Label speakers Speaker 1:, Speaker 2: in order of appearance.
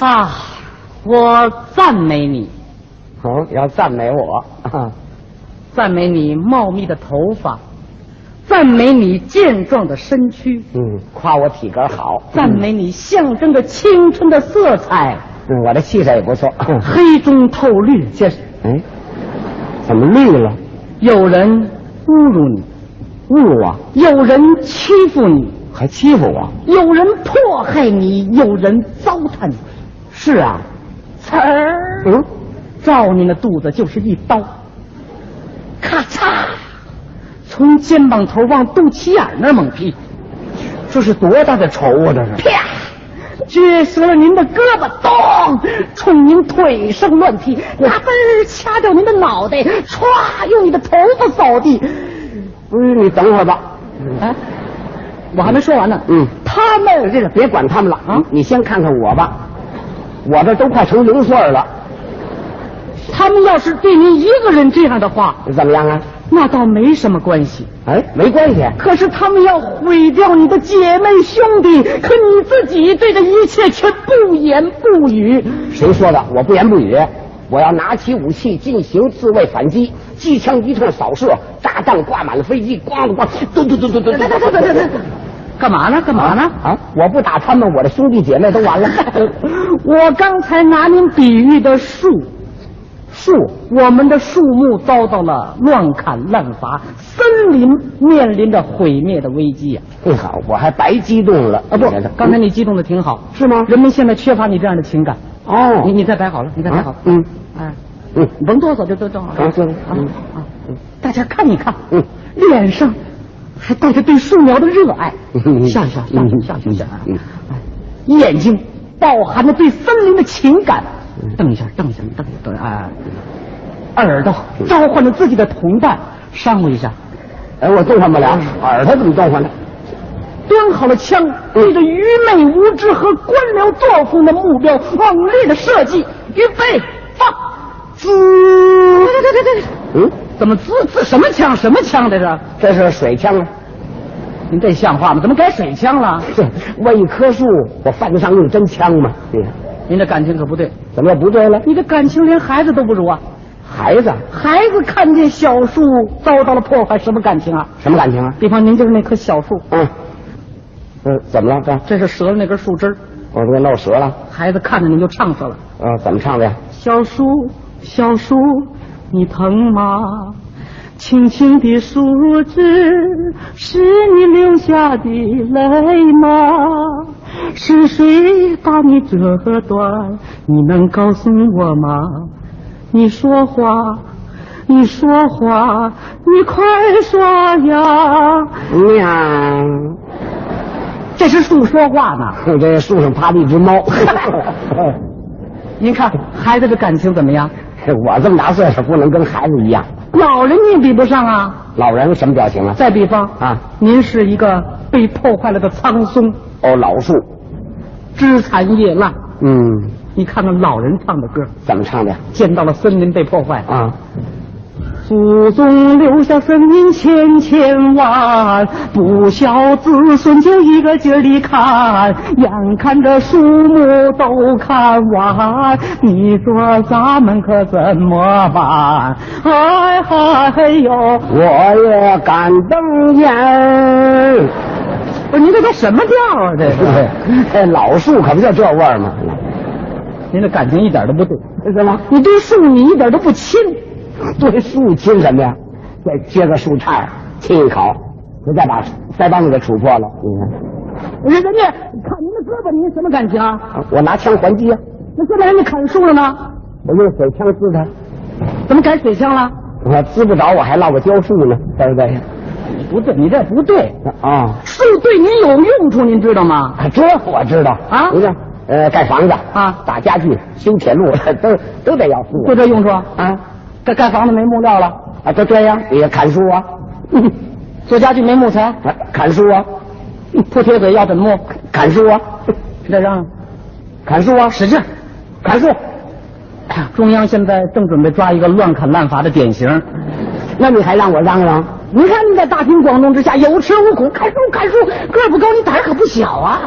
Speaker 1: 啊，我赞美你，
Speaker 2: 哦，要赞美我， 啊
Speaker 1: 赞美你茂密的头发，赞美你健壮的身躯，
Speaker 2: 嗯，夸我体格好，
Speaker 1: 赞美你象征着青春的色彩，
Speaker 2: 嗯，我的气色也不错。
Speaker 1: 黑中透绿。
Speaker 2: 这是， 哎，怎么绿了？
Speaker 1: 有人侮辱你，
Speaker 2: 侮辱我，
Speaker 1: 有人欺负你，
Speaker 2: 啊还欺负我？
Speaker 1: 有人迫害你，有人糟蹋你。是啊，词儿。
Speaker 2: 嗯，
Speaker 1: 照你那肚子就是一刀，咔嚓，从肩膀头往肚脐眼儿那儿猛劈，
Speaker 2: 这是多大的仇啊！这是，
Speaker 1: 啪，撅折了您的胳膊，咚，冲您腿上乱劈，嘎嘣儿掐掉您的脑袋，歘，用你的头发扫地。
Speaker 2: 不是嗯你等会儿吧？
Speaker 1: 啊，我还没说完呢。
Speaker 2: 嗯
Speaker 1: 他们
Speaker 2: 这个别管他们了
Speaker 1: 啊
Speaker 2: 你你先看看我吧，我这都快成零碎儿了，
Speaker 1: 他们要是对您一个人这样的话，
Speaker 2: 怎么样啊？
Speaker 1: 那倒没什么关系。
Speaker 2: 哎，没关系，
Speaker 1: 可是他们要毁掉你的姐妹兄弟，可你自己对这一切却不言不语。
Speaker 2: 谁说的？我不言不语，我要拿起武器进行自卫反击，机枪一通扫射，炸弹挂满了飞机，咣咣，咚咚咚咚咚。
Speaker 1: 等等等等等等，干嘛呢？干嘛呢？
Speaker 2: 啊！我不打他们，我的兄弟姐妹都完了。
Speaker 1: 我刚才拿您比喻的树，树，我们的树木遭到了乱砍滥伐，森林面临着毁灭的危机呀、啊
Speaker 2: 你好，我还白激动了
Speaker 1: 啊！不，刚才你激动的挺好，
Speaker 2: 是吗
Speaker 1: 人们现在缺乏你这样的情感，
Speaker 2: 哦，
Speaker 1: 你你再摆好了，你再摆好
Speaker 2: 啊，嗯
Speaker 1: 哎，
Speaker 2: 嗯
Speaker 1: 你甭哆嗦，就都正好。
Speaker 2: 啊行嗯
Speaker 1: 啊大家看一看，
Speaker 2: 嗯
Speaker 1: 脸上还带着对树苗的热爱，
Speaker 2: 嗯
Speaker 1: 笑一笑，笑一
Speaker 2: 嗯
Speaker 1: 笑，笑一笑，
Speaker 2: 嗯
Speaker 1: 哎眼睛饱含着对森林的情感，瞪一下，瞪一下，瞪一下，瞪一下啊！耳朵召唤着自己的同伴，商量一下，
Speaker 2: 哎，我动换不了，耳朵怎么动换呢？
Speaker 1: 端好了枪，对着愚昧无知和官僚作风的目标猛烈的射击，预备放，滋！对对对对对。
Speaker 2: 嗯，
Speaker 1: 怎么滋滋什么枪？什么枪这是？
Speaker 2: 这是水枪啊！
Speaker 1: 您这像话吗？怎么改水枪了？
Speaker 2: 哼为一棵树，我犯得上用真枪吗？你看，
Speaker 1: 您这感情可不对，
Speaker 2: 怎么又不对了？
Speaker 1: 你的感情连孩子都不如啊！
Speaker 2: 孩子，
Speaker 1: 孩子看见小树遭到了破坏，什么感情啊？
Speaker 2: 什么感情啊？
Speaker 1: 比方您就是那棵小树，
Speaker 2: 嗯，嗯，怎么了？这
Speaker 1: 这是折了那根树枝儿
Speaker 2: 我这弄折了。
Speaker 1: 孩子看着您就唱死了。
Speaker 2: 嗯，怎么唱的呀？
Speaker 1: 小树，小树，你疼吗？青青的树枝是你流下的泪吗？是谁把你折断？你能告诉我吗？你说话，你说话，你快说呀！
Speaker 2: 喵，
Speaker 1: 这是树说话呢。
Speaker 2: 哼这树上趴着一只猫。
Speaker 1: 您看孩子的感情怎么样？
Speaker 2: 我这么大岁数，不能跟孩子一样。
Speaker 1: 老人你也比不上啊。
Speaker 2: 老人什么表情啊？
Speaker 1: 再比方
Speaker 2: 啊，
Speaker 1: 您是一个被破坏了的苍松，
Speaker 2: 哦，老树。
Speaker 1: 枝残叶烂。
Speaker 2: 嗯，
Speaker 1: 你看看老人唱的歌，
Speaker 2: 怎么唱的呀？
Speaker 1: 见到了森林被破坏，
Speaker 2: 啊，
Speaker 1: 祖宗留下森林千千万，不孝子孙就一个劲儿地砍，眼看着树木都砍完，你说咱们可怎么办？哎嗨嘿呦！
Speaker 2: 我也敢瞪眼儿。
Speaker 1: 不是哎您这都什么调啊？这是
Speaker 2: 这老树可不就这味儿吗？
Speaker 1: 您这感情一点都不对，
Speaker 2: 是吗？
Speaker 1: 你对树你一点都不亲。
Speaker 2: 对树亲什么呀？再接个树杈儿亲一口，你再把腮帮子给杵破了。嗯
Speaker 1: 我
Speaker 2: 你看，
Speaker 1: 说人家砍您的胳膊，您什么感情啊？
Speaker 2: 啊我拿枪还击啊！
Speaker 1: 那现在人家砍树了呢，
Speaker 2: 我用水枪滋他，
Speaker 1: 怎么改水枪了？
Speaker 2: 我滋不着，我还落个蕉树呢，对不对？
Speaker 1: 你不对，你这不对。
Speaker 2: 啊、
Speaker 1: 树对您有用处，您知道吗？
Speaker 2: 这我知道
Speaker 1: 啊
Speaker 2: 你看，呃，盖房子
Speaker 1: 啊
Speaker 2: 打家具、修铁路， 都都得要树
Speaker 1: 就这用处，
Speaker 2: 啊
Speaker 1: 盖盖房子没木料了，
Speaker 2: 啊！就这样，你砍树啊，
Speaker 1: 做家具没木材，
Speaker 2: 啊砍树啊，
Speaker 1: 铺铁轨要枕木，
Speaker 2: 砍树啊，
Speaker 1: 再让
Speaker 2: 砍树啊，
Speaker 1: 使劲。
Speaker 2: 砍树。
Speaker 1: 中央现在正准备抓一个乱砍滥伐的典型。
Speaker 2: 那你还让我嚷嚷？
Speaker 1: 你看，你在大庭广众之下有恃无恐，砍树砍树，个儿不高，你胆儿可不小啊！